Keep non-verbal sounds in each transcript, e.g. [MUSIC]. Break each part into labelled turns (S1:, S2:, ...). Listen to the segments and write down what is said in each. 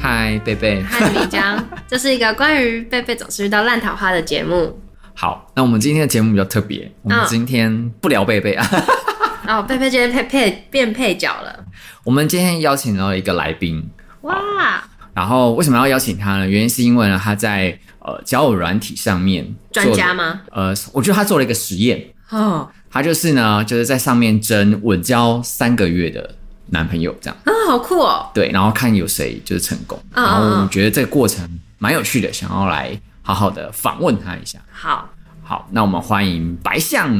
S1: 嗨，贝贝。
S2: 嗨，米江，这是一个关于贝贝总是遇到烂桃花的节目。
S1: 好，那我们今天的节目比较特别，我们
S2: 嗯
S1: 今天不聊贝贝 [LAUGHS] 啊，
S2: 哦，贝贝今天配配变配角了，
S1: 我们今天邀请到一个来宾，
S2: 哇，
S1: 然后为什么要邀请他呢？原因是因为呢，他在呃交友软体上面
S2: 专家
S1: 吗？
S2: 吗？
S1: 呃，我觉得他做了一个实验，
S2: 哦，
S1: 他就是呢，就是在上面征稳交三个月的男朋友这样，
S2: 啊，好酷哦，
S1: 对，然后看有谁就是成功，
S2: 嗯
S1: 然后我
S2: 嗯
S1: 们
S2: 嗯
S1: 觉得这个过程蛮有趣的，想要来好好的访问他一下。
S2: 好，
S1: 好，那我们欢迎白象。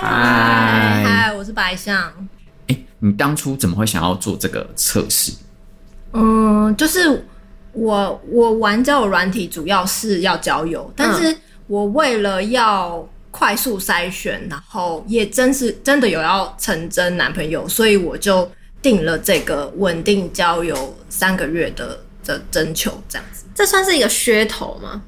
S1: 嗨，
S3: 嗨，我是白象。
S1: 你当初怎么会想要做这个测试？
S3: 嗯，就是我我玩交友软体主要是要交友，但是我为了要快速筛选，然后也真是真的有要成真男朋友，所以我就定了这个稳定交友三个月的的征求这样子。
S2: 这算是一个噱头吗？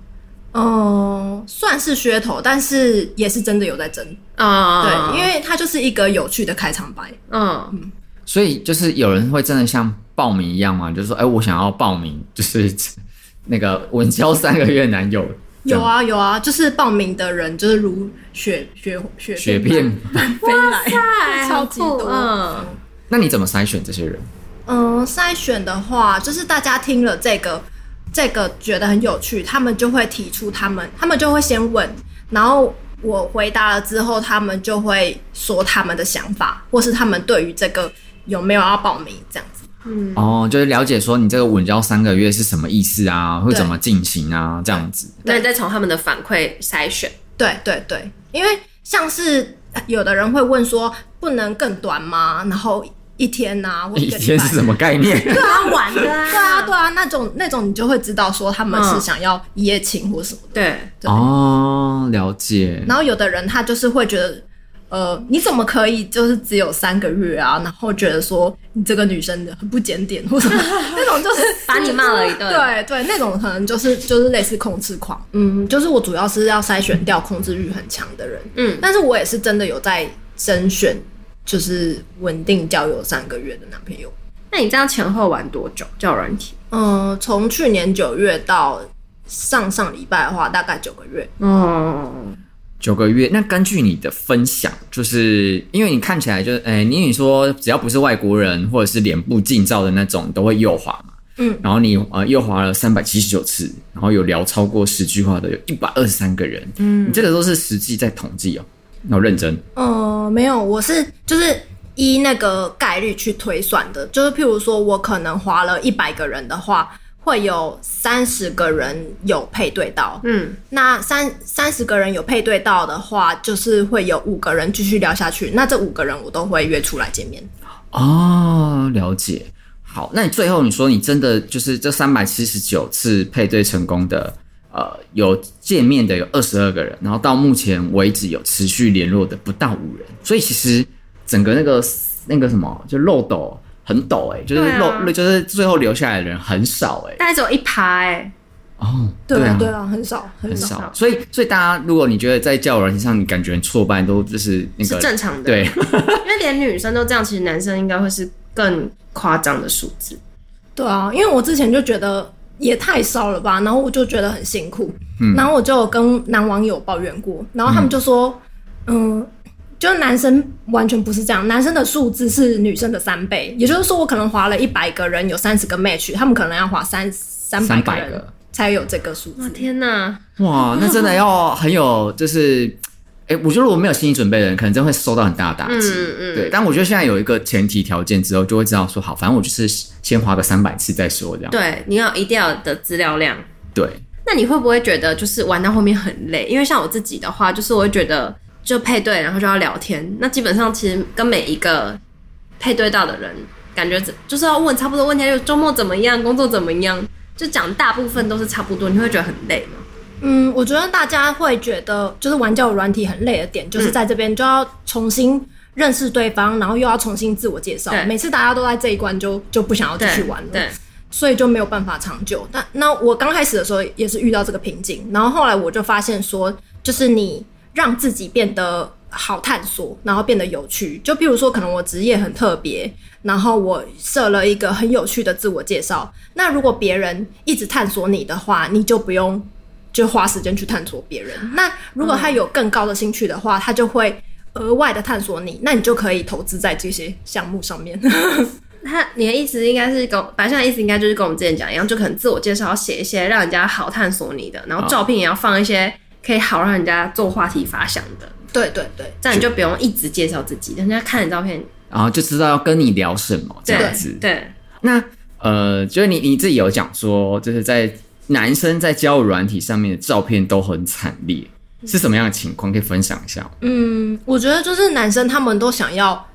S3: 嗯，算是噱头，但是也是真的有在争，
S2: 哦，
S3: 对，因为它就是一个有趣的开场白。
S2: 嗯，
S1: 所以就是有人会真的像报名一样吗？就是说，哎、我想要报名，就是那个稳交三个月男友。
S3: [LAUGHS] 有啊有啊，就是报名的人就是如雪雪雪
S1: 雪片，
S3: 飞来，
S2: 嗨，
S3: 超
S2: 好
S3: 级
S2: 酷
S3: 多
S2: 嗯，
S1: 那你怎么筛选这些人？
S3: 嗯，筛选的话，就是大家听了这个这个觉得很有趣，他们就会提出他们，他们就会先问，然后我回答了之后，他们就会说他们的想法，或是他们对于这个有没有要报名这样子。
S2: 嗯
S1: 哦，就是了解说你这个稳交三个月是什么意思啊，会
S3: 对
S1: 怎么进行啊，这样子。
S2: 那你再从他们的反馈筛选，
S3: 对对对，因为像是有的人会问说，啊不能更短吗？然后一天呐、或
S1: 一
S3: 一个礼
S1: 天
S3: 拜
S1: 是。什么概念？
S3: [LAUGHS] 对啊，
S2: [LAUGHS]
S3: 玩的啊，对啊，
S2: 啊
S3: 对啊，那种那种你就会知道说他们是
S2: 嗯
S3: 想要 E 一夜情或什么的。
S2: 对，
S3: 对
S1: 哦，了解。
S3: 然后有的人他就是会觉得，呃，你怎么可以就是只有三个月啊？然后觉得说你这个女生很不检点，或什
S2: [LAUGHS]
S3: 么那种就是
S2: 把你骂了一顿
S3: 对对，那种可能就是就是类似控制狂。嗯，就是我主要是要筛选掉控制欲很强的人，
S2: 嗯，
S3: 但是我也是真的有在甄选，就是稳定交友三个月的男朋友。
S2: 那你这样前后玩多久？叫软体？
S3: 嗯，从去年九月到上上礼拜的话，大概九个月。
S2: 哦，
S1: 九个月，那根据你的分享，就是因为你看起来就是，哎、你你说只要不是外国人或者是脸部近照的那种，都会右滑嘛。
S3: 嗯
S1: 然后你呃右滑了三百七十九次，然后有聊超过十句话的有一百二十三个人。嗯，你这个都是实际在统计哦，那我认真。
S3: 呃，没有，我是就是依那个概率去推算的，就是譬如说我可能划了一百个人的话，会有三十个人有配对到，
S2: 嗯，
S3: 那三三十个人有配对到的话，就是会有五个人继续聊下去，那这五个人我都会约出来见面。
S1: 哦，了解。好，那你最后你说你真的就是这三百七十九次配对成功的，呃，有见面的有二十二个人，然后到目前为止有持续联络的不到五人，所以其实整个那个那个什么就漏斗很陡哎、就是
S2: 对啊
S1: 漏、就是最后留下来的人很少哎、
S2: 大概只有一排、欸，
S1: 哦，
S3: 啊
S1: 啊，，
S3: 对啊，很少，很
S1: 很
S3: 少。
S1: 少。所以所以大家如果你觉得在交友软件上你感觉很挫败，都就是那
S2: 是
S1: 个
S2: 正常的。
S1: 对。
S2: 因为连女生都这样，其实男生应该会是更夸张的数字。
S3: 对啊，因为我之前就觉得也太少了吧，然后我就觉得很辛苦，然后我就有跟男网友抱怨过，然后他们就说，嗯。就男生完全不是这样，男生的数字是女生的三倍，也就是说，我可能划了一百个人，有三十个 match，他们可能要划三三百
S1: 300
S3: 人
S1: 个
S3: 才有这个数字。
S2: 天哪！ [LAUGHS]
S1: 哇，那真的要很有，就是，哎、我觉得如果没有心理准备的人，可能真会受到很大的打击。
S2: 嗯嗯
S1: 对，但我觉得现在有一个前提条件之后，就会知道说，好，反正我就是先花个三百次再说，这样。
S2: 对，你要一定要有的资料量。
S1: 对，
S2: 那你会不会觉得就是玩到后面很累？因为像我自己的话，就是我会觉得就配对，然后就要聊天。那基本上其实跟每一个配对到的人，感觉只就是要问差不多问题，就周末怎么样，工作怎么样，就讲大部分都是差不多，你会觉得很累吗？
S3: 嗯，我觉得大家会觉得就是玩交友软体很累的点，
S2: 嗯
S3: 就是在这边就要重新认识对方，然后又要重新自我介绍
S2: 对。
S3: 每次大家都在这一关就就不想要继
S2: 对，
S3: 续玩了。
S2: 对，
S3: 所以就没有办法长久。但那我刚开始的时候也是遇到这个瓶颈，然后后来我就发现说，就是你让自己变得好探索，然后变得有趣。就比如说，可能我职业很特别，然后我设了一个很有趣的自我介绍。那如果别人一直探索你的话，你就不用就花时间去探索别人。那如果他有更高的兴趣的话，他就会额外的探索你，那你就可以投资在这些项目上面。 [LAUGHS]
S2: 他你的意思应该是跟我白象的意思应该就是跟我们之前讲一样，就可能自我介绍要写一些让人家好探索你的，然后照片也要放一些可以好让人家做话题发想的，
S3: 对对对，
S2: 这样你就不用一直介绍自己，人家看你照片，
S1: 然后就知道要跟你聊什么这
S2: 对
S1: 样子。
S2: 对，
S1: 那呃，就是你你自己有讲说，就是在男生在交友软体上面的照片都很惨烈，是什么样的情况？可以分享一下吗？
S3: 嗯，我觉得就是男生他们都想要，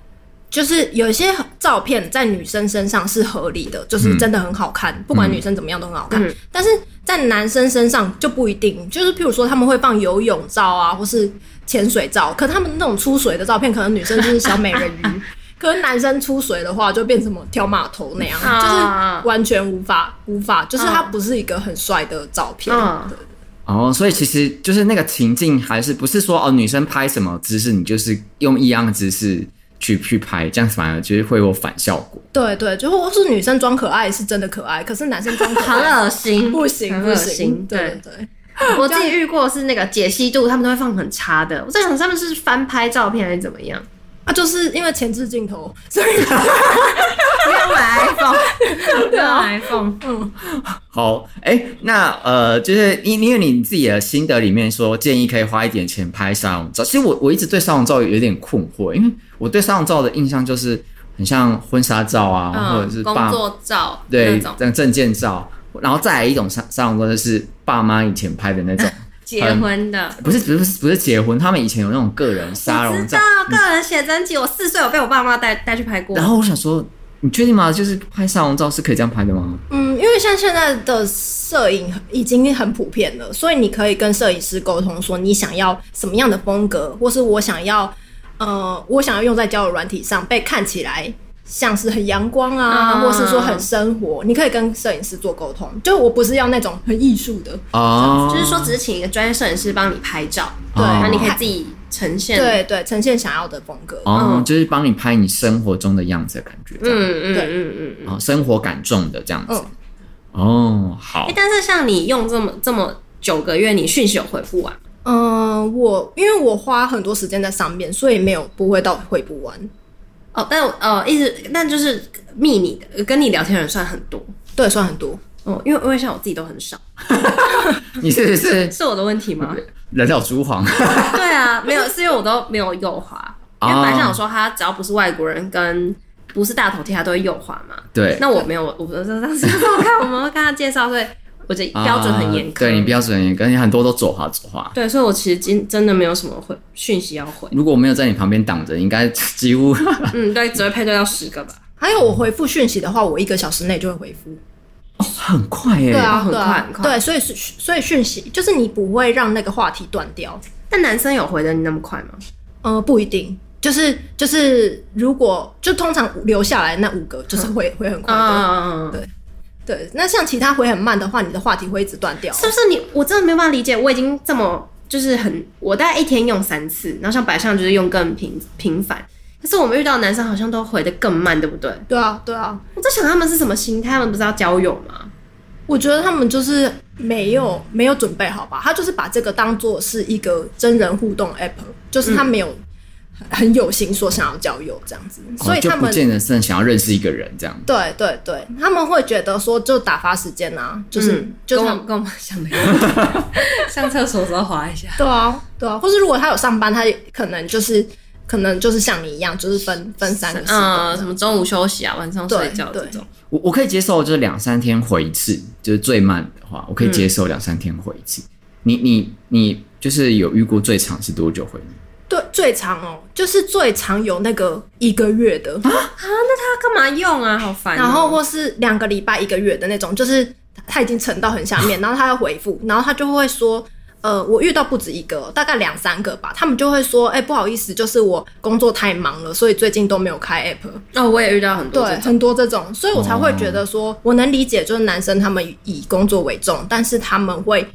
S3: 就是有一些照片在女生身上是合理的，就是真的很好看，不管女生怎么样都很好看。
S2: 嗯
S3: 但是在男生身上就不一定，就是譬如说他们会放游泳照啊，或是潜水照，可他们那种出水的照片，可能女生就是小美人
S2: [LAUGHS]
S3: 鱼，可是男生出水的话就变成什么跳码头那样，
S2: 啊
S3: 就是完全无法无法，就是它
S2: 嗯
S3: 不是一个很帅的照片。
S2: 嗯
S3: 对
S1: 哦，所以其实就是那个情境，还是不是说哦，女生拍什么姿势，你就是用一样的姿势去去拍，这样反而就是会有反效果。
S3: 对对，就或是女生装可爱是真的可爱，可是男生装可爱
S2: 很 [LAUGHS] 恶心，
S3: [LAUGHS] 不行
S2: 很
S3: 不
S2: 恶
S3: 行，
S2: 心，
S3: 对
S2: 对。
S3: 对
S2: 我自己遇过是那个解析度，他们都会放很差的。我在想他们是翻拍照片还是怎么样？
S3: 啊，就是因为前置镜头， [LAUGHS] 所以
S2: 不要买 iPhone，不要买 iPhone。
S1: 好，哎、那呃，就是因因为你自己的心得里面说，建议可以花一点钱拍沙龙照。其实我我一直对沙龙照有点困惑，因为我对沙龙照的印象就是很像婚纱照啊，或者是
S2: 嗯工
S1: 爸
S2: 作照那
S1: 对
S2: 种，
S1: 像证件照，然后再来一种沙沙龙照就是爸妈以前拍的那种，
S2: 结婚的。
S1: 不是不是不是结婚，他们以前有那种个人沙
S2: 我
S1: 龙
S2: 知
S1: 照
S2: 道，个人写真集，我四岁我被我爸妈带带去拍过。
S1: 然后我想说，你确定吗？就是拍沙龙照是可以这样拍的吗？
S3: 嗯，因为像现在的摄影已经很普遍了，所以你可以跟摄影师沟通说你想要什么样的风格，或是我想要，呃，我想要用在交友软体上被看起来像是很阳光啊，
S2: 啊
S3: 或是说很生活，你可以跟摄影师做沟通。就我不是要那种很艺术的，
S1: 哦，
S2: 就是说，只是请一个专业摄影师帮你拍照，
S1: 对
S2: 然啊后你可以自己呈现。，
S3: 哦对对，呈现想要的风格。
S1: 哦，
S2: 嗯
S1: 就是帮你拍你生活中的样子的感觉，这样
S2: 嗯嗯
S3: 对
S2: 嗯嗯嗯。
S1: 哦，生活感重的这样子
S3: 嗯。
S1: 哦，好
S2: 哎，，但是像你用这么这么九个月，你讯息有回复完吗？
S3: 嗯，我因为我花很多时间在上面，所以没有不会到回不完。
S2: 哦，但我呃，一直那就是密你的，跟你聊天的人算很多。
S3: 对，算很多。
S2: 哦，因为因为像我自己都很少，
S1: 你是不是
S2: 是我的问题吗？
S1: 人老珠黄？
S2: 对啊，没有，是因为我都没有右滑，因为
S1: 哦
S2: 白象有说他只要不是外国人跟不是大头贴，他都会右滑嘛。
S1: 对，
S2: 那我没有，我我不是当时我看我们会跟他介绍，所以我的 [LAUGHS] 标准很严
S1: 啊
S2: 苛。
S1: 对你标准很严格，你很多都左滑左滑。。
S2: 对，所以我其实今真的没有什么回讯息要回
S1: 如果没有在你旁边挡着，应该几
S2: [LAUGHS]
S1: 乎
S2: 嗯，对，只会配对到十个吧。
S3: 还有我回复讯息的话，我一个小时内就会回复。
S1: 很快耶。
S3: 对啊，
S2: 很
S3: 对
S2: 快
S3: 啊
S2: 很，快
S3: 对，所以是所以讯息就是你不会让那个话题断掉。
S2: 但男生有回的你那么快吗？
S3: 呃，不一定，就是就是如果就通常留下来那五个就是会会很快的。
S2: 啊，
S3: 对对，那像其他回很慢的话，你的话题会一直断掉。
S2: 是不是你？我真的没有办法理解，我已经这么就是很，我大概一天用三次，然后像白象就是用更频频繁。可是我们遇到的男生好像都回的更慢，对不对？
S3: 对啊，对啊，
S2: 我在想他们是什么心态，他们不是要交友吗？
S3: 我觉得他们就是没有没有准备好吧，他就是把这个当做是一个真人互动 app，就是他没有很很有心说想要交友这样子，
S1: 哦
S3: 所以
S1: 就
S3: 他
S1: 不
S3: 们
S1: 见得是很想要认识一个人这样。
S3: 对对对，他们会觉得说就打发时间啊，就是、
S2: 嗯
S3: 就是
S2: 跟
S3: 他
S2: 我
S3: 们
S2: 跟我们想的一样， [LAUGHS] 上厕所的时候滑一下。
S3: 对啊对啊，或是如果他有上班，他也可能就是可能就是像你一样，就是分分三个时段
S2: 嗯，什么中午休息啊，晚上睡觉
S3: 对
S2: 这种。
S1: 我我可以接受，就是两三天回一次，就是最慢的话，我可
S2: 嗯
S1: 以接受两三天回一次。你你你就是有遇过最长是多久回呢？
S3: 对最长哦，就是最长有那个一个月的，
S2: 他干嘛用啊？好烦哦。
S3: 然后或是两个礼拜、一个月的那种，就是他已经沉到很下
S2: [LAUGHS]
S3: 面，然后他要回复，然后他就会说，呃，我遇到不止一个，大概两三个吧，他们就会说，哎、不好意思，就是我工作太忙了，所以最近都没有开 app。
S2: 哦，我也遇到很多
S3: 对，
S2: 这种。
S3: 很多这种，所以
S2: 哦
S3: 我才会觉得说，我能理解，就是男生他们以工作为重，但是他们会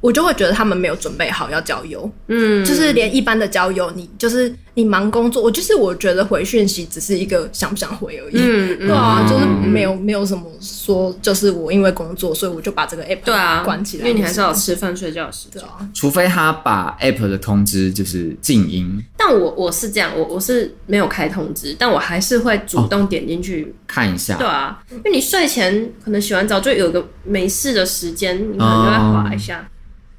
S3: 我就会觉得他们没有准备好要交友，
S2: 嗯，
S3: 就是连一般的交友，你就是你忙工作，我就是我觉得回讯息只是一个想不想回而已。
S2: 嗯嗯
S3: 对啊，
S1: 嗯
S3: 就是
S1: 嗯
S3: 没有没有什么说，就是我因为工作，所以我就把这个 app
S2: 对啊，
S3: 关起来，
S2: 因为你还是要有吃饭睡觉的时间
S3: 对。啊，
S1: 除非他把 App 的通知就是静音
S2: 但我我是这样，我我是没有开通知，但我还是会主动点进去。
S1: 看一下，
S2: 对啊，因为你睡前可能洗完澡就有一个没事的时间，你可能就会划一下。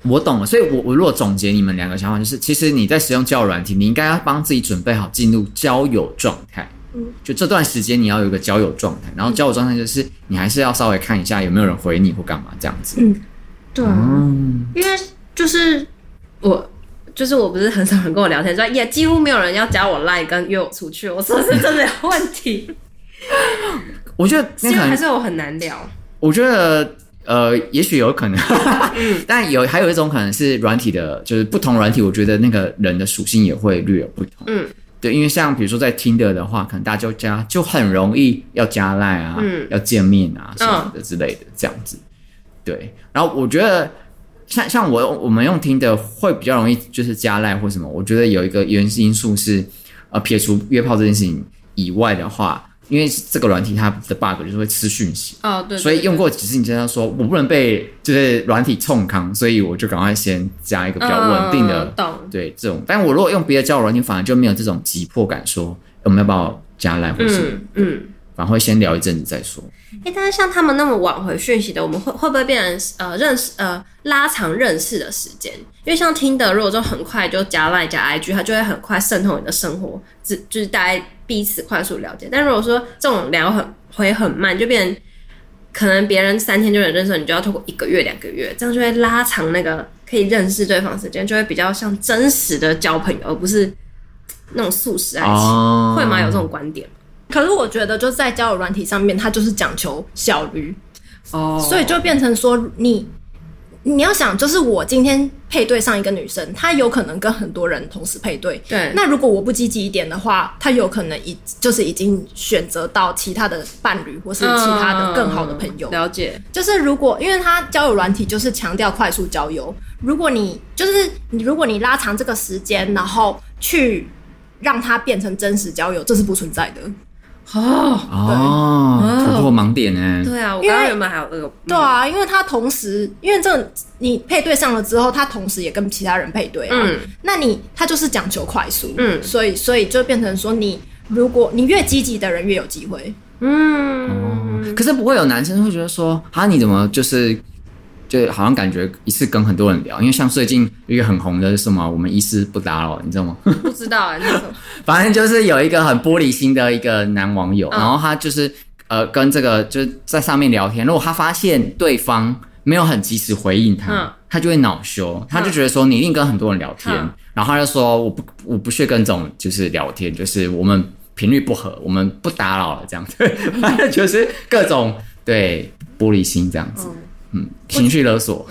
S1: 我懂了，所以我我如果总结你们两个想法，就是其实你在使用交友软体，你应该要帮自己准备好进入交友状态。
S3: 嗯
S1: 就这段时间你要有一个交友状态，
S2: 嗯
S1: 然后交友状态就是你还是要稍微看一下有没有人回你或干嘛这样子。
S2: 嗯对啊，
S1: 嗯，
S2: 因为就是我。就是我不是很少人跟我聊天，说 [LAUGHS] 也几乎没有人要加我 line 跟约我出去，我说是真的有问题，
S1: 我觉得
S2: 是
S1: 那
S2: 因为
S1: 可
S2: 还
S1: 能
S2: 是我很难聊。
S1: 我觉得呃，也许有可能，
S2: 嗯
S1: [LAUGHS] 但有还有一种可能是软体的，就是不同软体，我觉得那个人的属性也会略有不同。
S2: 嗯，
S1: 对，因为像比如说在 Tinder 的话，可能大家就加就很容易要加赖啊，
S2: 嗯
S1: 要见面啊什么的之类的，这样子。对，然后我觉得像像我我们用 Tinder 会比较容易就是加赖或什么，我觉得有一个原因素是，呃，撇除约炮这件事情以外的话。因为这个软体它的 bug 就是会吃讯息，
S2: 哦，对
S1: 所以用过几次，你知道说我不能被就是软体冲康，所以我就赶快先加一个比
S2: 嗯
S1: 较稳定的，
S2: 懂。
S1: 对这种。但我如果用别的交友软体，反而就没有这种急迫感说，有没有把我加来或是，
S2: 嗯嗯，
S1: 反而会先聊一阵子再说。
S2: 哎、但是像他们那么晚回讯息的，我们会会不会变成呃认识呃拉长认识的时间？因为像听的，如果说很快就加 line 加 IG，它就会很快渗透你的生活，只就是大家彼此快速了解。但如果说这种聊很回很慢，就变成可能别人三天就能认识，你就要透过一个月两个月，这样就会拉长那个可以认识对方时间，就会比较像真实的交朋友，而不是那种速食爱情。
S1: 哦
S2: 哎会吗？有这种观点吗？
S3: 可是我觉得就是在交友软体上面，它就是讲求效率，
S2: 哦
S3: 所以就变成说你。你要想，就是我今天配对上一个女生，她有可能跟很多人同时配对。
S2: 对
S3: 那如果我不积极一点的话，她有可能已就是已经选择到其他的伴侣或是其他的更好的朋友。
S2: 嗯了解，
S3: 就是如果因为它交友软体就是强调快速交友，如果你就是你如果你拉长这个时间，然后去让它变成真实交友，这是不存在的。
S2: 嗯哦，
S1: 哦，突破盲点呢？
S2: 对啊，我
S3: 因为
S2: 刚刚原本还有那个，
S3: 对啊，因为它同时，因为这你配对上了之后，它同时也跟其他人配对啊。
S2: 嗯，
S3: 那你它就是讲求快速，
S2: 嗯
S3: 所以所以就变成说你。如果你越积极的人越有机会，
S2: 嗯，
S1: 可是不会有男生会觉得说，啊，你怎么就是就好像感觉一次跟很多人聊，因为像最近有一个很红的是什么，我们一丝不打扰，你知道吗？
S2: 不知道啊，那种，
S1: 反正就是有一个很玻璃心的一个男网友，然后他就是呃跟这个就是在上面聊天，如果他发现对方没有很及时回应他，
S2: 嗯
S1: 他就会恼羞，他就觉得说你一定跟很多人聊天，
S2: 嗯
S1: 然后他就说我不我不屑跟这种就是聊天，就是我们频率不合，我们不打扰了这样，对，反正 [LAUGHS] 就是各种对玻璃心这样子，嗯，情绪勒索，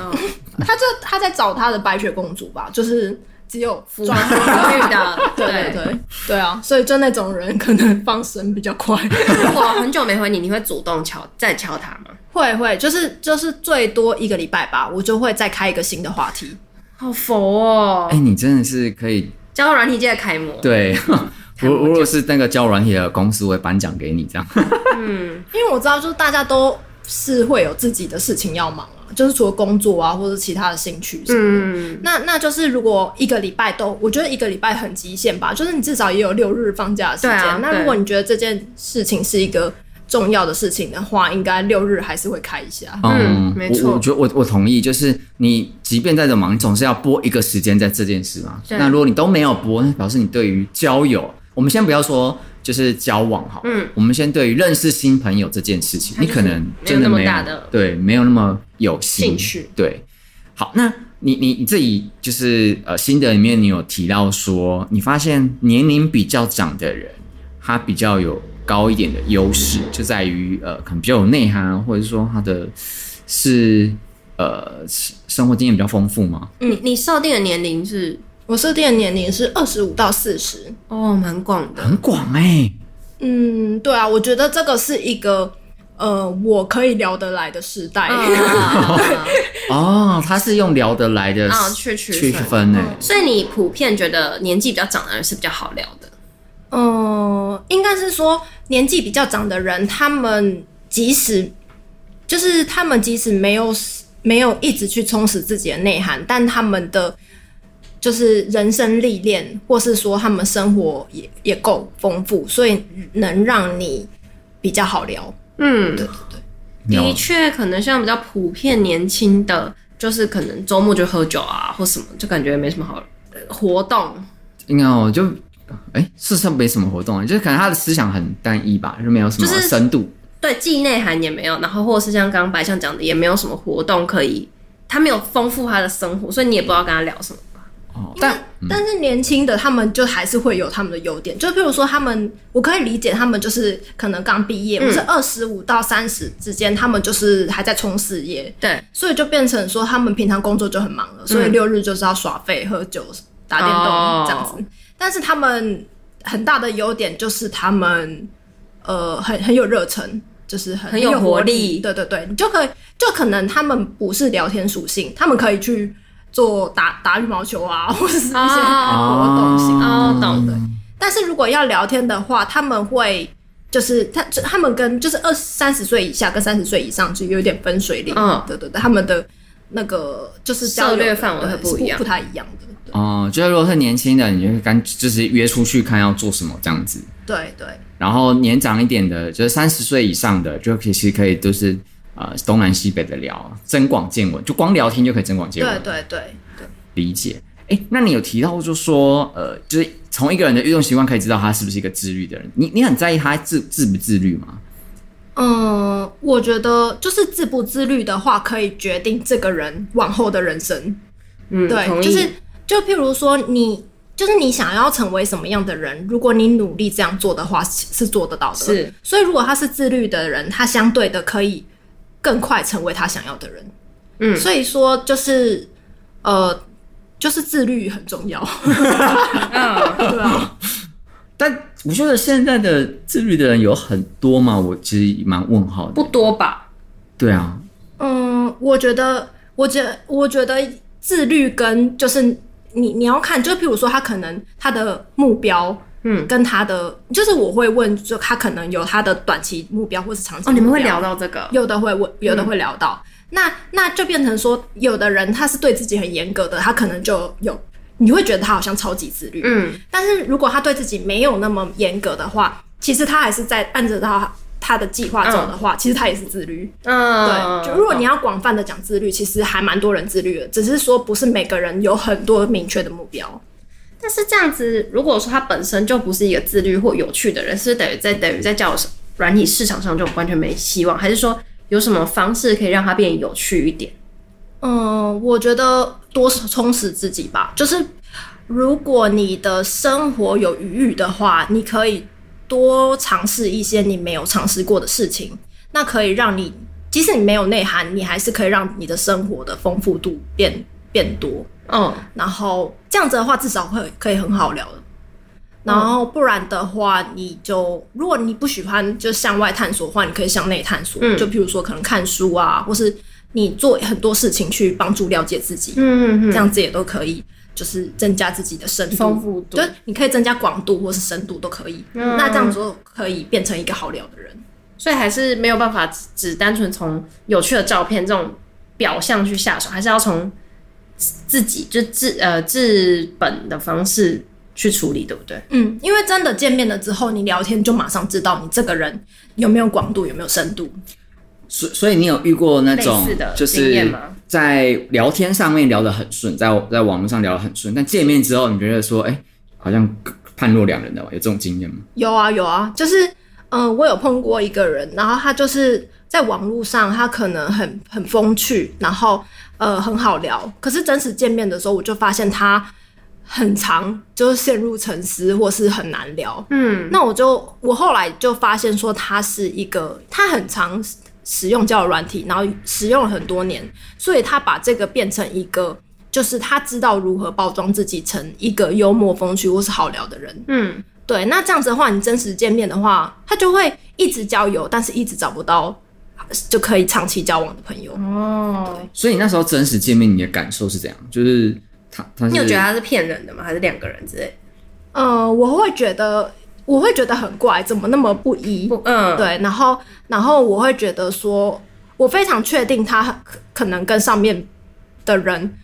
S3: 他这他在找他的白雪公主吧，就是只有服
S2: [LAUGHS]
S3: 装
S2: 遇到，
S3: [LAUGHS] 对对对对啊，所以就那种人可能放生比较快，
S2: 如果很久没回你，你会主动敲再敲他吗？
S3: [LAUGHS] 会会就是就是最多一个礼拜吧，我就会再开一个新的话题。
S2: 好佛哦
S1: 哎、，你真的是可以
S2: 交友软体界的楷模，
S1: 对。
S2: 看
S1: 我
S2: 我
S1: 如果是那个交友软体的公司，我会颁奖给你这样。
S2: 嗯，
S3: 因为我知道，就是大家都是会有自己的事情要忙啊，就是除了工作啊，或者其他的兴趣什么的。
S2: 嗯，
S3: 那那就是如果一个礼拜都，我觉得一个礼拜很极限吧，就是你至少也有六日放假的时间。
S2: 对啊
S3: 那
S2: 对
S3: 如果你觉得这件事情是一个重要的事情的话，应该六日还是会开一下。
S2: 嗯没错
S1: 我我觉得我我同意，就是你即便再怎么忙，你总是要拨一个时间在这件事嘛。
S2: 对
S1: 那如果你都没有拨，那表示你对于交友，我们先不要说就是交往好，
S2: 嗯，
S1: 我们先对于认识新朋友这件事情，
S2: 它
S1: 你
S2: 就是
S1: 可能真的
S2: 没有那么
S1: 没有
S2: 大的
S1: 对，没有那么有心
S2: 兴趣。
S1: 对，好，那你你你自己就是呃心得里面，你有提到说，你发现年龄比较长的人，他比较有高一点的优势，就在于呃可能比较有内涵，或者说他的是呃是生活经验比较丰富嘛。
S3: 嗯
S2: 你你设定的年龄是
S3: 我设定的年龄是二十五到四十。
S2: 哦，蛮广的，
S1: 很广哎、
S3: 嗯，对啊，我觉得这个是一个呃我可以聊得来的时代。
S2: 嗯
S1: 哦，他是用聊得来的
S2: 啊去区
S1: 去
S2: 分
S1: 分诶、
S2: [LAUGHS] 所以你普遍觉得年纪比较长的人是比较好聊的，
S3: 嗯，应该是说年纪比较长的人，他们即使就是他们即使没有没有一直去充实自己的内涵，但他们的就是人生历练，或是说他们生活也也够丰富，所以能让你比较好聊。
S2: 嗯，的
S1: 聊
S2: 确，可能像比较普遍年轻的，就是可能周末就喝酒啊，或什么，就感觉没什么好呃活动。
S1: 应该我就哎、事实上没什么活动啊，就是可能他的思想很单一吧，就是没有什么
S2: 就是
S1: 深度。
S2: 对，既内涵也没有，然后或者是像刚刚白象讲的，也没有什么活动可以，他没有丰富他的生活，所以你也不知道跟他聊什么。
S1: 哦，但
S3: 但但是年轻的他们就还是会有他们的优点，就譬如说他们，我可以理解他们就是可能刚毕
S1: 嗯
S3: 业，或是二十五到三十之间，他们就是还在冲事业，
S2: 对，
S3: 所以就变成说他们平常工作就很忙了，所以六日就是要耍废、喝酒、打电
S2: 嗯哦
S3: 动这样子。但是他们很大的优点就是他们呃很很有热忱，就是很
S2: 很有
S3: 有活
S2: 活力
S3: 对对对，你就可以就可能他们不是聊天属性，他们可以去做打打羽毛球啊，或者是一些活动性。啊
S2: 哦懂
S1: 的。
S3: 但是如果要聊天的话，他们会。就是他，就他们跟就是二三十岁以下跟三十岁以上就有点分水岭，
S2: 嗯
S3: 对对对，他们的那个就是交
S2: 策略
S3: 流的
S2: 范围
S3: 对
S2: 会
S3: 是
S2: 不一样
S3: 不太一样的，对
S1: 哦，就是如果是年轻的，你就干就是约出去看要做什么这样子。
S3: 对对，
S1: 然后年长一点的，就是三十岁以上的，就其实可以都是呃东南西北的聊，增广见闻，就光聊天就可以增广见闻。
S3: 对对对对，
S1: 理解。哎，那你有提到就说呃，就是从一个人的运动习惯可以知道他是不是一个自律的人。你你很在意他自自不自律吗？
S3: 嗯，我觉得就是自不自律的话，可以决定这个人往后的人生。
S2: 嗯，
S3: 对，
S2: 同意
S3: 就是就譬如说你。就是你想要成为什么样的人，如果你努力这样做的话，是是做得到的。
S2: 是，
S3: 所以如果他是自律的人，他相对的可以更快成为他想要的人。
S2: 嗯
S3: 所以说就是呃，就是自律很重要。
S2: 嗯，
S3: 对啊，
S1: 但我觉得现在的自律的人有很多嘛，我其实蛮问号
S2: 不
S1: 的。
S2: 多吧？
S1: 对啊，
S3: 嗯，我觉得，我觉我觉得自律跟就是你你要看，就譬如说他可能他的目标，
S2: 嗯
S3: 跟他的就是我会问，就他可能有他的短期目标或是长
S2: [LAUGHS]
S3: 期
S2: 哦，你们会
S3: 目
S2: 聊
S3: 标
S2: 嗯到这个？
S3: 有的会问，有的会聊到。那那就变成说，有的人他是对自己很严格的，他可能就有你会觉得他好像超级自律，
S2: 嗯，
S3: 但是如果他对自己没有那么严格的话，其实他还是在按着他他的计划走的话，其实他也是自律。
S2: 嗯，
S3: 对，就如果你要广泛的讲自律，其实还蛮多人自律的，只是说不是每个人有很多明确的目标。
S2: 但是这样子，如果说他本身就不是一个自律或有趣的人，是不是等于在等于在交友软体市场上就完全没希望？还是说有什么方式可以让他变有趣一点？
S3: 嗯，我觉得多充实自己吧，就是如果你的生活有余裕的话，你可以多尝试一些你没有尝试过的事情，那可以让你即使你没有内涵，你还是可以让你的生活的丰富度变变多。
S2: 嗯，
S3: 然后这样子的话，至少会可以很好聊的。然后不然的话，你就如果你不喜欢就向外探索的话，你可以向内探索。
S2: 嗯
S3: 就譬如说，可能看书啊，或是你做很多事情去帮助了解自己，
S2: 嗯
S3: 这样子也都可以，就是增加自己的深度、
S2: 丰富度
S3: 对，你可以增加广度或是深度都可以。
S2: 嗯
S3: 那这样子就可以变成一个好聊的人。
S2: 所以还是没有办法只只单纯从有趣的照片这种表象去下手，还是要从自己就自呃治本的方式去处理，对不对？
S3: 嗯，因为真的见面了之后，你聊天就马上知道你这个人有没有广度，有没有深度。
S1: 所所以你有遇过那种
S2: 类似的
S1: 就
S2: 经验
S1: 是
S2: 吗
S1: 在聊天上面聊得很顺，在在网络上聊得很顺，但见面之后你觉得说，哎、好像判若两人的吧？有这种经验吗？
S3: 有啊有啊，就是嗯、呃我有碰过一个人，然后他就是在网络上，他可能很很风趣，然后呃很好聊，可是真实见面的时候，我就发现他很长就是陷入沉思，或是很难聊。
S2: 嗯，
S3: 那我就我后来就发现说，他是一个他很常使用交友软体，然后使用了很多年，所以他把这个变成一个，就是他知道如何包装自己成一个幽默风趣或是好聊的人。
S2: 嗯，
S3: 对，那这样子的话，你真实见面的话，他就会一直交友，但是一直找不到就可以长期交往的朋友。
S2: 哦，
S1: 所以你那时候真实见面，你的感受是怎样？就是他，他是
S2: 你有觉得他是骗人的吗？还是两个人之类？
S3: 呃，我会觉得我会觉得很怪，怎么那么不一？
S2: 不，嗯，，
S3: 对，然后然后我会觉得说，我非常确定他可可能跟上面的人，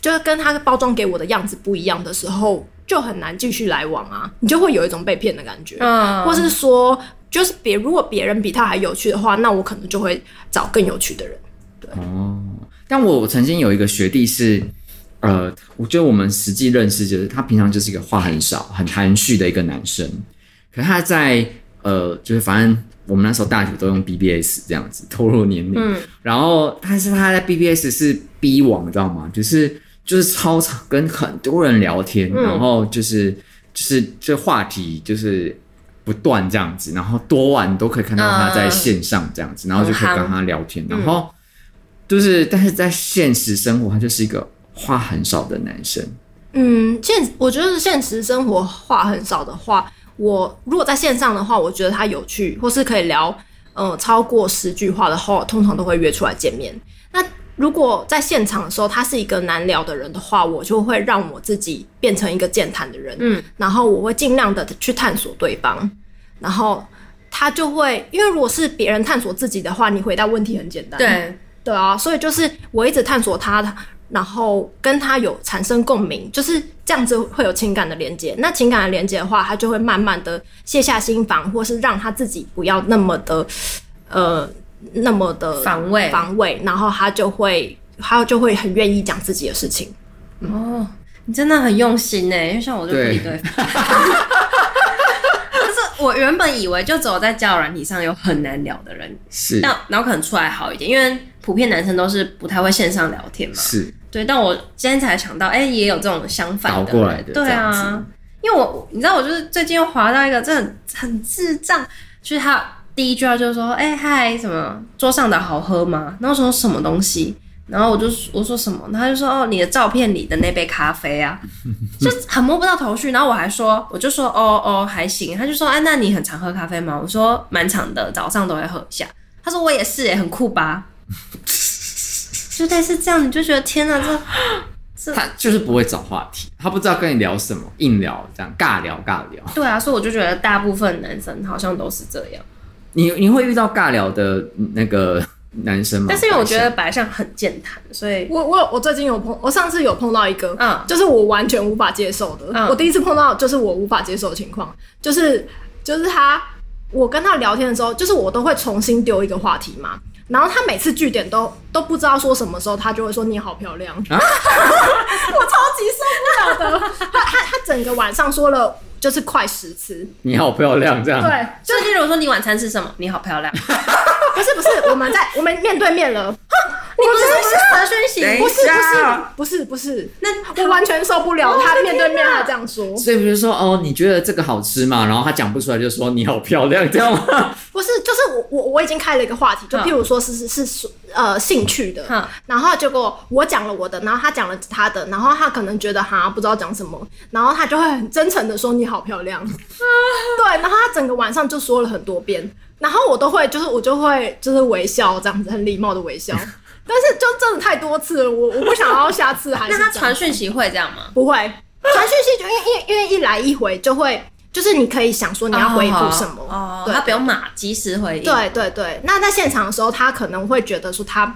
S3: 就是跟他包装给我的样子不一样的时候，就很难继续来往啊，你就会有一种被骗的感觉，
S2: 嗯，
S3: 或是说，就是别如果别人比他还有趣的话，那我可能就会找更有趣的人。
S1: 哦，但我我曾经有一个学弟是，呃，我觉得我们实际认识就是他平常就是一个话很少、很含蓄的一个男生，可是他在呃，就是反正我们那时候大学都用 BBS 这样子透露年龄，
S2: 嗯
S1: 然后但是他在 BBS 是 B 网，你知道吗？就是就是超常跟很多人聊天，
S2: 嗯
S1: 然后就是就是这话题就是。不断这样子，然后多晚都可以看到他在
S2: 嗯
S1: 线上这样子，然后就可以
S2: 很
S1: 跟
S2: 夯嗯
S1: 他聊天，然后就是，但是在现实生活，他就是一个话很少的男生。
S3: 嗯，现我觉得现实生活话很少的话，我如果在线上的话，我觉得他有趣，或是可以聊，呃，超过十句话的话，通常都会约出来见面。那如果在现场的时候，他是一个难聊的人的话，我就会让我自己变成一个健谈的人，
S2: 嗯，
S3: 然后我会尽量的去探索对方，然后他就会，因为如果是别人探索自己的话，你回答问题很简单，
S2: 对，
S3: 对啊，所以就是我一直探索他，然后跟他有产生共鸣，就是这样子会有情感的连接。那情感的连接的话，他就会慢慢的卸下心防，或是让他自己不要那么的呃那么的
S2: 防卫
S3: 防卫，然后他就会他就会很愿意讲自己的事情。
S2: 哦，你真的很用心呢，因为像我就不理
S1: 对
S2: 对 [LAUGHS] 方。就是我原本以为就只有在交友软体上有很难聊的人，
S1: 是
S2: 但然后可能出来好一点，因为普遍男生都是不太会线上聊天嘛。
S1: 是，
S2: 对，但我今天才想到，哎、也有这种相反的
S1: 倒过来的
S2: 对
S1: 这样
S2: 啊
S1: 子，
S2: 因为我你知道，我就是最近又滑到一个，这很很智障，就是他第一句话就是说，哎、嗨，什么桌上的好喝吗？然后我说什么东西？然后我就我说什么，然后他就说哦，你的照片里的那杯咖
S1: [LAUGHS]
S2: 啡啊，就很摸不到头绪。然后我还说，我就说哦哦还行，他就说哎、那你很常喝咖啡吗？我说蛮常的，早上都会喝一下。他说我也是、哎，很酷吧？就类似这样，你就觉得天哪，这
S1: 他就是不会找话题，他不知道跟你聊什么，硬聊这样尬聊尬聊。
S2: 对啊，所以我就觉得大部分男生好像都是这样，
S1: 你你会遇到尬聊的那个男生吗？
S2: 但是因为我觉得白象很健谈，所以
S3: 我我有我最近有碰，我上次有碰到一个，
S2: 嗯
S3: 就是我完全无法接受的。
S2: 嗯
S3: 我第一次碰到就是我无法接受的情况，就是就是他，我跟他聊天的时候，就是我都会重新丢一个话题嘛。然后他每次据点都都不知道说什么时候，他就会说你好漂亮，
S1: 啊
S3: 我超级受不了的。他他他整个晚上说了就是快十次，
S1: 你好漂亮这样。
S3: 对，
S2: 就是例如说你晚餐吃什么，你好
S3: [LAUGHS]
S2: 漂亮，你
S3: 不是不是，我们在我们面对面了，
S2: 不是传讯息，
S3: 不是
S1: 等一下哦
S3: 不是不是不
S2: 那
S3: 是，我完全受不了他面对面还这样说。
S1: 所以比如说哦，你觉得这个好吃吗？然后他讲不出来，就说你好漂亮这样
S2: [LAUGHS]
S1: 吗？
S3: 不是，就是我我我已经开了一个话题，就譬如说是是是是呃兴趣的，
S2: 嗯
S3: 然后结果我讲了我的，然后他讲了他的，然后他可能觉得哈不知道讲什么，然后他就会很真诚的说你好
S2: [LAUGHS]
S3: 漂亮，对，然后他整个晚上就说了很多遍，然后我都会就是我就会就是微笑这样子，很礼貌的
S2: [LAUGHS]
S3: 微笑，但是就真的太多次了，我我不想要下次还是
S2: 那他
S3: 这样
S2: 传讯息会这样吗？
S3: 不会，传讯息就因为因为因为一来一回就会，就是你可以想说你要回复什么，
S2: 哦，
S3: 对
S2: 他不用马及时回应，，哦
S3: 对对对，那在现场的时候，他可能会觉得说他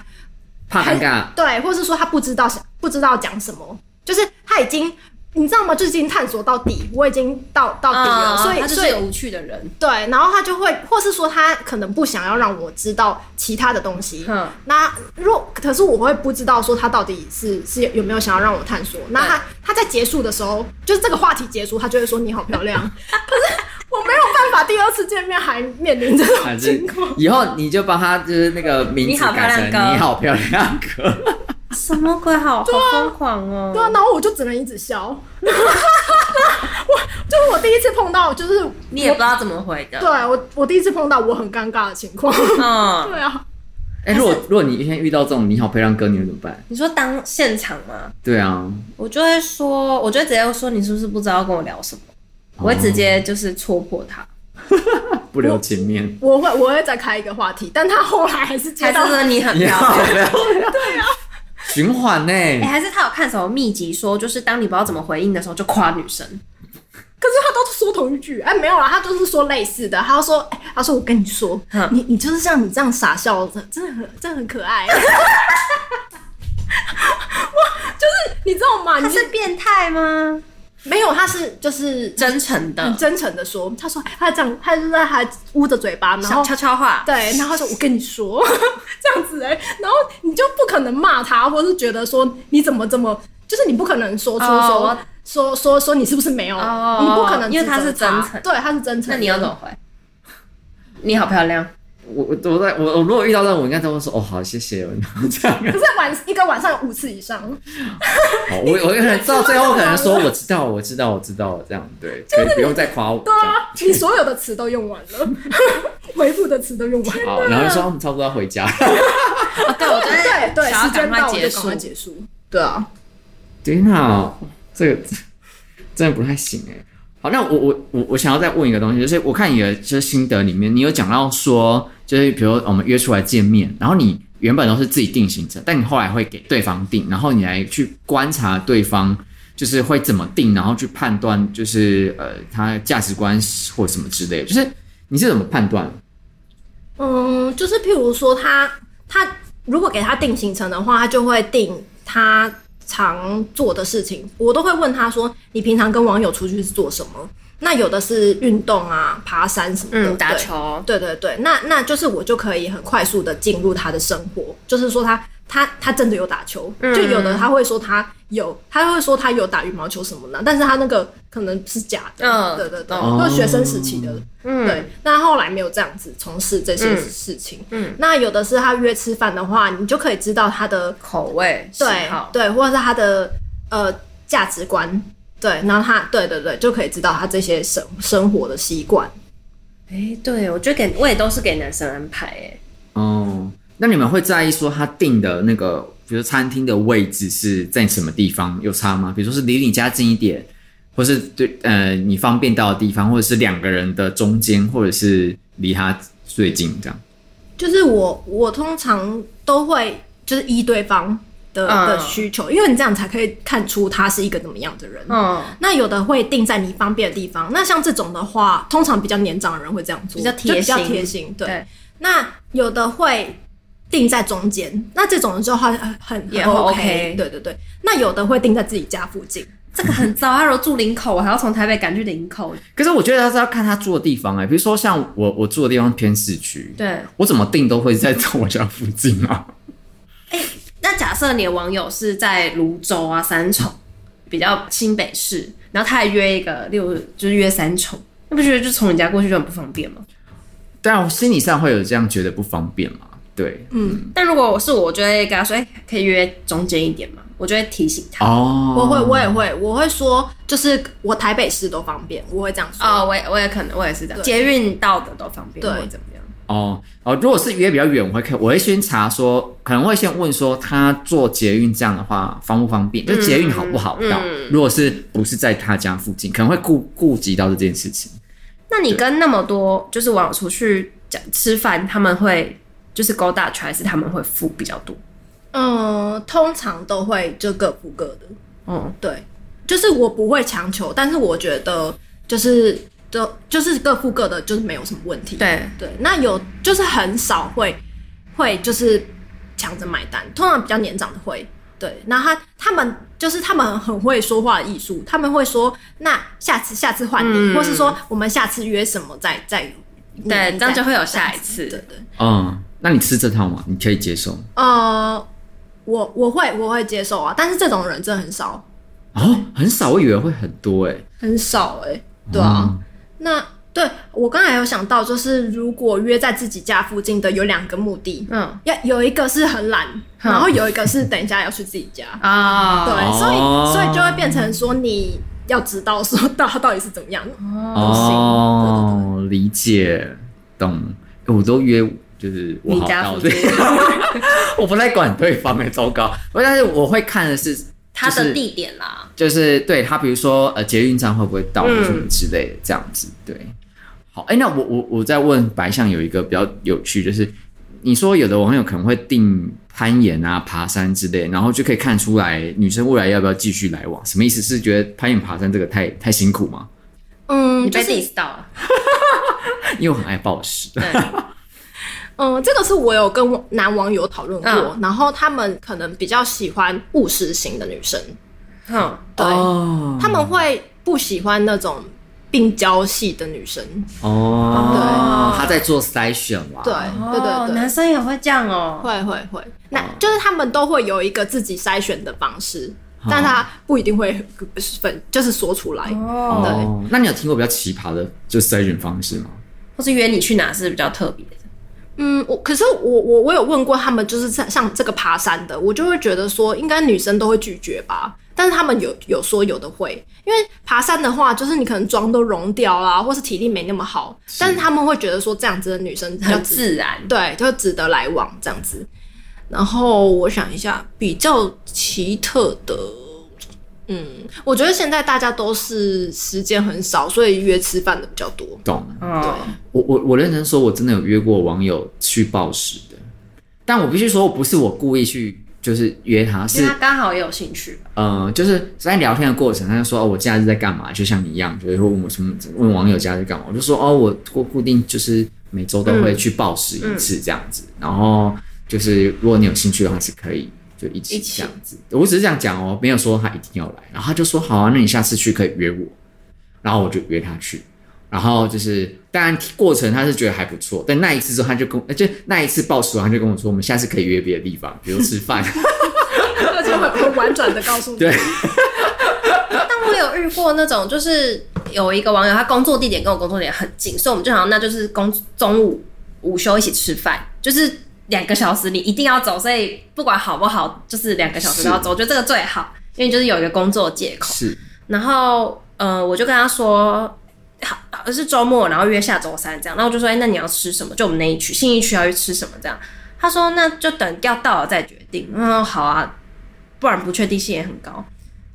S1: 怕尴尬，
S3: 对，或是说他不知道不知道讲什么，就是他已经你知道吗？就是已经探索到底，我已经到到底了，哦所以
S2: 嗯哦他就
S3: 所
S2: 是
S3: 以
S2: 个无趣的人，
S3: 对，然后他就会，或是说他可能不想要让我知道其他的东西。
S2: 嗯
S3: 那若可是我会不知道说他到底是是有没有想要让我探索。那他他在结束的时候，就是这个话题结束，他就会说你好
S2: [LAUGHS]
S3: 漂亮。可是我没有办法，第二次见面还面临这种
S1: 反正
S3: 情况。
S1: 以后你就帮他就是那个名字
S2: 你好漂
S1: 改
S2: 亮
S1: 成
S2: 哥
S1: 你好漂亮哥。
S2: 什么鬼，好好疯狂哦，
S3: 对啊，然后我就只能一直笑。 [LAUGHS] 我就是我第一次碰到，就是
S2: 你也不知道怎么回的，
S3: 对我我第一次碰到我很尴尬的情
S2: [LAUGHS]
S3: 况。
S2: 嗯，
S3: 对啊，
S1: 哎、如果如果你一天遇到这种你好漂亮哥，你会怎么办？
S2: 你说当现场吗？
S1: 对啊，
S2: 我就会说，我就会直接说你是不是不知道跟我聊什么，我会直接就是戳破他。
S1: 不留情面。
S3: 我会我会再开一个话题，但他后来还是接
S2: 还
S3: 到
S2: 是说你很
S1: 你 [LAUGHS]
S2: 漂
S1: 好
S2: 亮。
S1: 漂亮，对啊，循环呢、
S2: 哎、还是他有看什么秘籍说，就是当你不知道怎么回应的时候，就夸女生。
S3: 可是他都说同一句，哎，没有啦，他都是说类似的。他就说，哎，他说我跟你说，
S2: 嗯
S3: 你你就是像你这样傻笑，真的很真的很可爱。 [LAUGHS] 我就是你知道吗？你是
S2: 变态吗？嗯
S3: 没有，他是就是
S2: 真诚的
S3: 很，真诚的说，他说哎他这样，他就在他捂着嘴巴，然
S2: 小
S3: 后
S2: 悄悄话。
S3: 对，然后他说我跟你说 [LAUGHS] 这样子哎、然后你就不可能骂他，或是觉得说你怎么这么，就是你不可能说出说、
S2: 哦
S3: 说说说你是不是没有，
S2: 哦
S3: 你不可能
S2: 因为他是
S3: 指责
S2: 真
S3: 他
S2: 诚
S3: 对，他是真诚。
S2: 那你要怎么？回？你好漂亮，
S1: 我我我在我我如果遇到这种，我应该都会说哦好谢谢， [LAUGHS] 然后这样。
S3: 可是晚一个晚上有五次以上，
S1: 好我我可能到最后可能说我知道我知道我知道这样对，可以不用再夸我这
S3: 对
S1: 样。
S3: 啊，你所有的词都用完了， [LAUGHS] 回复的词都用完了。
S1: 好，然后就说我们差不多要回家。
S2: 哦、对，我真的
S3: 对对，
S2: 想
S3: 时
S2: 要赶
S3: 间
S2: 快
S3: 到我
S2: 结
S3: 就赶
S2: 束
S3: 快。结束。对啊，
S1: 天哪，这个真的不太行哎。好，那我我我我想要再问一个东西，就是我看你的就是心得里面，你有讲到说，就是比如我们约出来见面，然后你原本都是自己定行程，但你后来会给对方定，然后你来去观察对方就是会怎么定，然后去判断就是呃他价值观或什么之类的，就是你是怎么判断？
S3: 嗯，就是譬如说他他如果给他定行程的话，他就会定他常做的事情。我都会问他说：“你平常跟网友出去是做什么？”那有的是运动啊、爬山什么的，
S2: 嗯，打
S3: 对
S2: 球。
S3: 对对对，那那就是我就可以很快速的进入他的生活，就是说他他他真的有打球，
S2: 嗯
S3: 就有的他会说他有，他会说他有打羽毛球什么的，但是他那个可能是假的，
S2: 嗯
S3: 对对对，
S1: 懂
S3: 都是学生时期的，
S2: 嗯
S3: 对。那后来没有这样子从事这些
S2: 嗯
S3: 事情，
S2: 嗯
S3: 那有的是他约吃饭的话，你就可以知道他的
S2: 口味喜
S3: 对
S2: 好，
S3: 对，或者是他的呃价值观。对，然后他，对对对，就可以知道他这些生生活的习惯。
S2: 哎、对我觉得给我也都是给男生安排哎、
S1: 哦，那你们会在意说他订的那个，比如餐厅的位置是在什么地方有差吗？比如说是离你家近一点，或是对呃你方便到的地方，或者是两个人的中间，或者是离他最近这样。
S3: 就是我我通常都会就是依对方的、
S2: 嗯
S3: 的需求，因为你这样才可以看出他是一个怎么样的人。
S2: 嗯，
S3: 那有的会定在你方便的地方，那像这种的话，通常比较年长的人会这样做，
S2: 比较贴
S3: 就比较
S2: 心
S3: 贴心。对，
S2: 对
S3: 那有的会定在中间，那这种的就很很很
S2: 也 OK
S3: 对对对。那有的会定在自己家附近，
S2: 这个很糟。他如果住林口，我还要从台北赶去林口。
S1: 可是我觉得他是要看他住的地方哎、比如说像我我住的地方偏市区，
S2: 对，
S1: 我怎么订都会在我家附近
S3: [LAUGHS]
S1: 啊。
S2: 那假设你的网友是在泸州啊、三重，比较新北市，然后他还约一个，例如就是约三重，那不觉得就从你家过去就很不方便吗？
S1: 但啊我心理上会有这样觉得不方便嘛？对，
S3: 嗯
S2: 但如果我是我，我就会跟他说，哎、可以约中间一点嘛，我就会提醒他。
S1: 哦，
S3: 我会我也会我会说，就是我台北市都方便，我会这样说。
S2: 哦，我也我也可能我也是这样，
S3: 对
S2: 捷运到的都方便，
S3: 对
S2: 或者怎么样？
S1: 哦哦，如果是约比较远，我会看，我会先查说，可能会先问说他坐捷运这样的话方不
S2: 嗯
S1: 方便，就捷运好不好到。如果是不是在他家附近，可能会顾顾及到这件事情。
S2: 那你跟那么多就是网友出去讲吃饭，他们会就是勾搭去，还是他们会付比较多？
S3: 嗯，通常都会就各付各的。
S2: 嗯，
S3: 对，就是我不会强求，但是我觉得就是就就是各付各的，就是没有什么问题。
S2: 对，
S3: 对，那有就是很少会会就是抢着买单，通常比较年长的会。对，那他他们就是他们很会说话的艺术，他们会说那下次下次换你，
S2: 嗯
S3: 或是说我们下次约什么再再
S2: 对，这样就会有下一
S3: 对对
S2: 次。
S3: 对。
S1: 嗯，那你吃这套吗？你可以接受
S3: 呃，我我会我会接受啊，但是这种人真的很少
S1: 哦，很少，我以为会很多哎、
S3: 很少哎、对啊。那对我刚才有想到，就是如果约在自己家附近的有两个目的，
S2: 嗯
S3: 要有一个是很懒，
S2: 哼
S3: 然后有一个是等一下要去自己家，
S2: [LAUGHS] 啊，
S3: 对，
S1: 哦
S3: 所以所以就会变成说你要知道说到到底是怎么样，
S1: 嗯哦，理解懂、欸我都约就是我
S2: 你
S1: 好
S2: 家
S1: 到
S2: 附近
S1: 这 [LAUGHS] 我不太管对方哎、糟糕。我但是我会看的是
S2: 他
S1: 就
S2: 的
S1: 是
S2: 地点啦，
S1: 就是对他，比如说呃，捷运站会不会到，
S2: 嗯
S1: 或什么之类的，这样子对。好，哎、那我我我再问白象有一个比较有趣，就是你说有的网友可能会定攀岩啊、爬山之类，然后就可以看出来女生未来要不要继续来往，什么意思？是觉得攀岩、爬山这个太 [LAUGHS] 太辛苦吗？
S3: 嗯，
S2: 你
S3: 就
S2: 被
S3: 是
S2: diss 到 [LAUGHS] 了，
S1: 因为我很爱暴食，
S2: 对，
S3: 嗯，这个是我有跟男网友讨论过，
S2: 嗯
S3: 然后他们可能比较喜欢务实型的女生，
S2: 哼，
S3: 对，
S1: 哦
S3: 他们会不喜欢那种病娇系的女生，
S1: 哦，他在做筛选啦，
S3: 对，对
S2: 哦
S3: 对
S2: 男
S3: 对，
S2: 生也会这样哦，
S3: 会会会，那就是他们都会有一个自己筛选的方式，但他不一定会分，就是说出来。
S2: 哦
S1: 哦，那你有听过比较奇葩的就筛选方式吗？
S2: 或是约你去哪是比较特别的，
S3: 嗯，我可是我我我有问过他们，就是像像这个爬山的，我就会觉得说，应该女生都会拒绝吧。但是他们有有说有的会，因为爬山的话，就是你可能妆都融掉啦，或是体力没那么好，但是他们会觉得说这样子的女生
S2: 很
S3: 值
S2: 自然。
S3: 对，就值得来往这样子。然后我想一下，比较奇特的，嗯，我觉得现在大家都是时间很少，所以约吃饭的比较多。
S1: 懂，
S2: 哦，
S1: 我我我认真说，我真的有约过网友去暴食的，但我必须说，不是我故意去，就是约他，
S2: 因
S1: 是
S2: 为他刚好也有兴趣吧。
S1: 呃，就是在聊天的过程，他就说哦，我假日在干嘛？就像你一样，就是问我什么，问网友假日干嘛？我就说哦，我固固定就是每周都会去暴食一次这样子，然后就是如果你有兴趣的话，是可以就一起
S2: 一起
S1: 这样子。我只是这样讲哦，没有说他一定要来，然后他就说好啊，那你下次去可以约我，然后我就约他去。然后就是，当然过程他是觉得还不错，但那一次之后他就跟我，呃就那一次暴食完他就跟我说，我们下次可以约别的地方，比如吃饭。
S3: [LAUGHS] 而且很很婉转的告诉你，
S1: 对
S2: 但我有遇过那种，就是有一个网友，他工作地点跟我工作地点很近，所以我们就好像那就是工中午午休一起吃饭，就是两个小时你一定要走，所以不管好不好，就是两个小时都要走。我觉得这个最好，因为就是有一个工作借口。
S1: 是，
S2: 然后呃，我就跟他说。好，好是周末，然后约下周三这样。然后我就说，哎、那你要吃什么？就我们那一区，信义区要去吃什么这样。他说，那就等要到了再决定。嗯，好啊，不然不确定性也很高。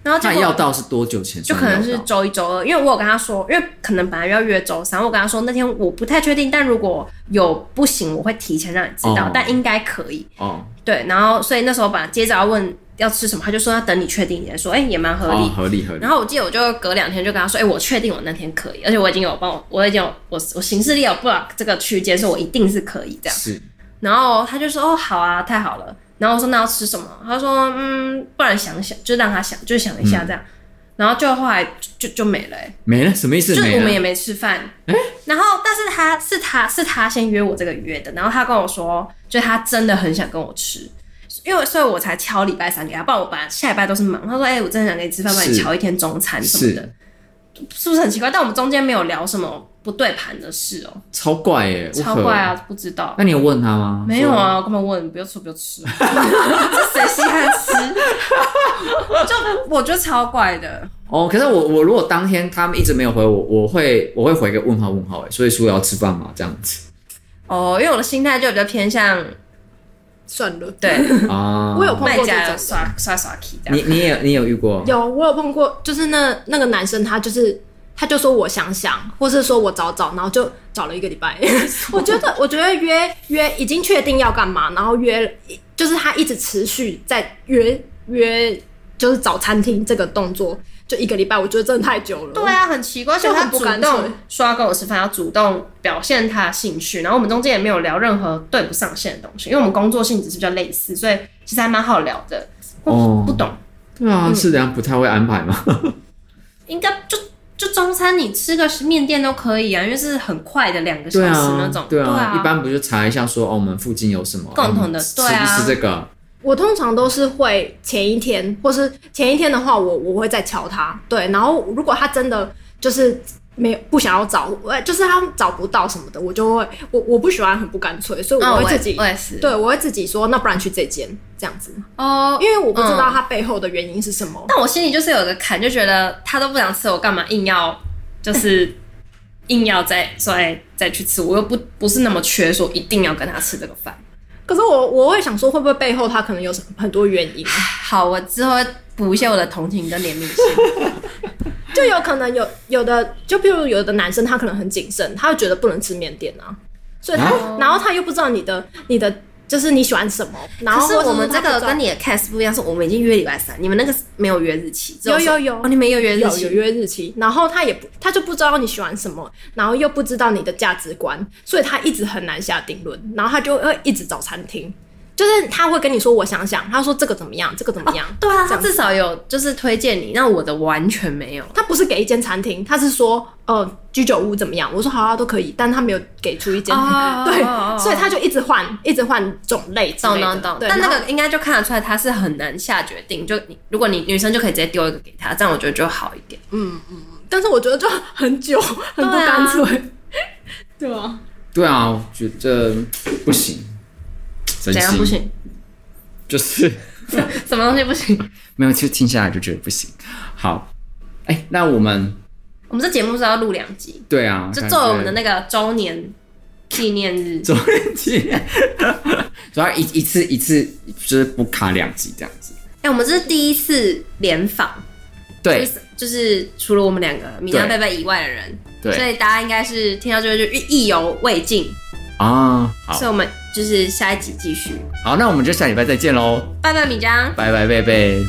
S2: 然后结
S1: 那
S2: 果
S1: 要到是多久前
S2: 就
S1: 算
S2: 可
S1: 要到？
S2: 能是周一、周二，因为我有跟他说，因为可能本来要约周三，我跟他说那天我不太确定，但如果有不行，我会提前让你知道，
S1: 哦
S2: 但应该可以。
S1: 哦，
S2: 对，然后所以那时候本来接着要问要吃什么，他就说要等你确定一点，说哎、也蛮合理。
S1: 哦，合理合理。
S2: 然后我记得我就隔两天就跟他说，哎、我确定我那天可以，而且我已经有帮我，我已经有我我行事历有 block 这个区间，所以我一定是可以这样。
S1: 是
S2: 然后他就说：“哦，好啊，太好了。”然后我说：“那要吃什么？”他说：“嗯，不然想想，就让他想，就想一下这样。然后就后来就就就没了、欸，
S1: 没了，什么意思？
S2: 就是
S1: 没
S2: 我们也
S1: 了。
S2: 没吃饭。然后，但是他是他是他先约我这个约的，然后他跟我说，就他真的很想跟我吃，因为所以我才敲礼拜三给他，不然我本来下礼拜都是忙。他说：“哎、我真的想跟你吃饭，帮你
S1: 是
S2: 敲一天中餐什么的，是不是很奇怪？”但我们中间没有聊什么不对盘的事哦、
S1: 超怪耶、为
S2: 超
S1: 何
S2: 怪！啊，不知道。
S1: 那你有问他吗？
S2: 没有啊，我根本问不要吃不要
S3: [LAUGHS]
S2: 吃，这谁稀罕吃？就我觉得超怪的，
S1: 说。哦，可是我我如果当天他们一直没有回我，我会我会回个问号问号哎，所以说要吃饭吗？这样子
S2: 哦，因为我的心态就比较偏向
S3: 算了。
S2: 对
S3: [LAUGHS]
S2: [LAUGHS]
S1: 啊。
S3: 我有碰
S2: 卖
S3: 过这
S2: 家
S3: 种，
S2: 刷刷刷 key 这
S1: 你
S2: 样，
S1: 你也你有遇过？
S3: 有我有碰过，就是那那个男生他就是他就说我想想，或是说我找找，然后就找了一个礼拜。我觉得我觉得约约已经确定要干嘛，然后约就是他一直持续在约约，就是找餐厅这个动作，就一个礼拜，我觉得真的太久了。
S2: 对啊，很奇怪，
S3: 就
S2: 就
S3: 很
S2: 他主
S3: 不干脆
S2: 动说要跟我吃饭，要主动表现他的兴趣，然后我们中间也没有聊任何对不上线的东西，因为我们工作性质是比较类似，所以其实还蛮好聊的。
S1: 哦
S2: 我不懂，
S1: 对啊，
S2: 嗯
S1: 是这样不太会安排吗？
S2: 应该就就中餐你吃个面店都可以啊，因为是很快的两个小时那种，
S1: 对
S2: 啊
S1: 啊，一般不就查一下说哦，我们附近有什么
S2: 共同的
S1: 嗯吃
S2: 对啊
S1: 不吃这个？
S3: 我通常都是会前一天，或是前一天的话我，我会再敲他。对，然后如果他真的就是没有不想要找，呃，就是他找不到什么的，我就会我我不喜欢很不干脆，所以
S2: 嗯
S3: 我会
S2: 也
S3: 自己、
S2: 我也是，
S3: 对我会自己说，那不然去这间这样子，
S2: 哦，
S3: 因为我不知道
S2: 嗯
S3: 他背后的原因是什么。
S2: 但我心里就是有个坎，就觉得他都不想吃，我干嘛硬要就是硬要再说哎再去吃？我又不不是那么缺，说一定要跟他吃这个饭。
S3: 可是我我会想说，会不会背后他可能有什很多原因？
S2: [LAUGHS] 好，我之后会补一些我的同情跟怜悯心。
S3: 就有可能有有的，就譬如有的男生他可能很谨慎，他会觉得不能吃缅甸啊，所以他、
S1: 啊
S3: 然后他又不知道你的你的就是你喜欢什么，然后
S2: 可是
S3: 或者
S2: 我们这
S3: 他不知
S2: 个
S3: 道
S2: 跟你的 cast 不一样，是我们已经约礼拜三，你们那个没有约日期。只
S3: 有
S2: 说
S3: 有有
S2: 哦，你们有约日
S3: 有有
S2: 期。
S3: 约日期，然后他也不他就不知道你喜欢什么，然后又不知道你的价值观，所以他一直很难下定论，然后他就会一直找餐厅，就是他会跟你说我想想，他说这个怎么样，这个怎么样，
S2: 对啊，
S3: 这
S2: 他
S3: 样子
S2: 至少有就是推荐你，那我的完全没有。
S3: 他不是给一间餐厅，他是说呃居酒屋怎么样，我说好啊都可以，但他没有给出一间，
S2: 哦
S3: [LAUGHS] 对，
S2: 哦哦
S3: 所以他就一直换一直换种类之
S2: 懂
S3: 类的，
S2: 懂懂，
S3: 对，
S2: 但那
S3: 然后
S2: 个应该就看得出来他是很难下决定。就你，如果你女生就可以直接丢一个给他，这样我觉得就好一点。
S3: 但是我觉得就很久很不
S2: 对啊
S3: 干脆， [LAUGHS] 对啊。
S1: 对啊，我觉得不行，真
S2: 怎样
S1: 心
S2: 不，行？
S1: 就是
S2: [LAUGHS] 什么东西不行？
S1: 没有，其实听下来就觉得不行。好，哎、那我们
S2: 我们这节目是要录两集，
S1: 对啊，
S2: 就作为我们的
S1: [LAUGHS] 感觉
S2: 那个周年纪念日。
S1: 周年纪念，主 [LAUGHS] 要一一次一次就是不卡两集这样子。
S2: 哎、我们这是第一次联访，就
S1: 对
S2: 是就是除了我们两个米娜
S1: 对
S2: 贝贝以外的人，所
S1: 对
S2: 以大家应该是听到这个就意犹未尽，
S1: 啊，好
S2: 所以我们就是下一集继续。
S1: 好，那我们就下礼拜再见喽，
S2: 拜拜，米江。
S1: 拜拜，贝贝。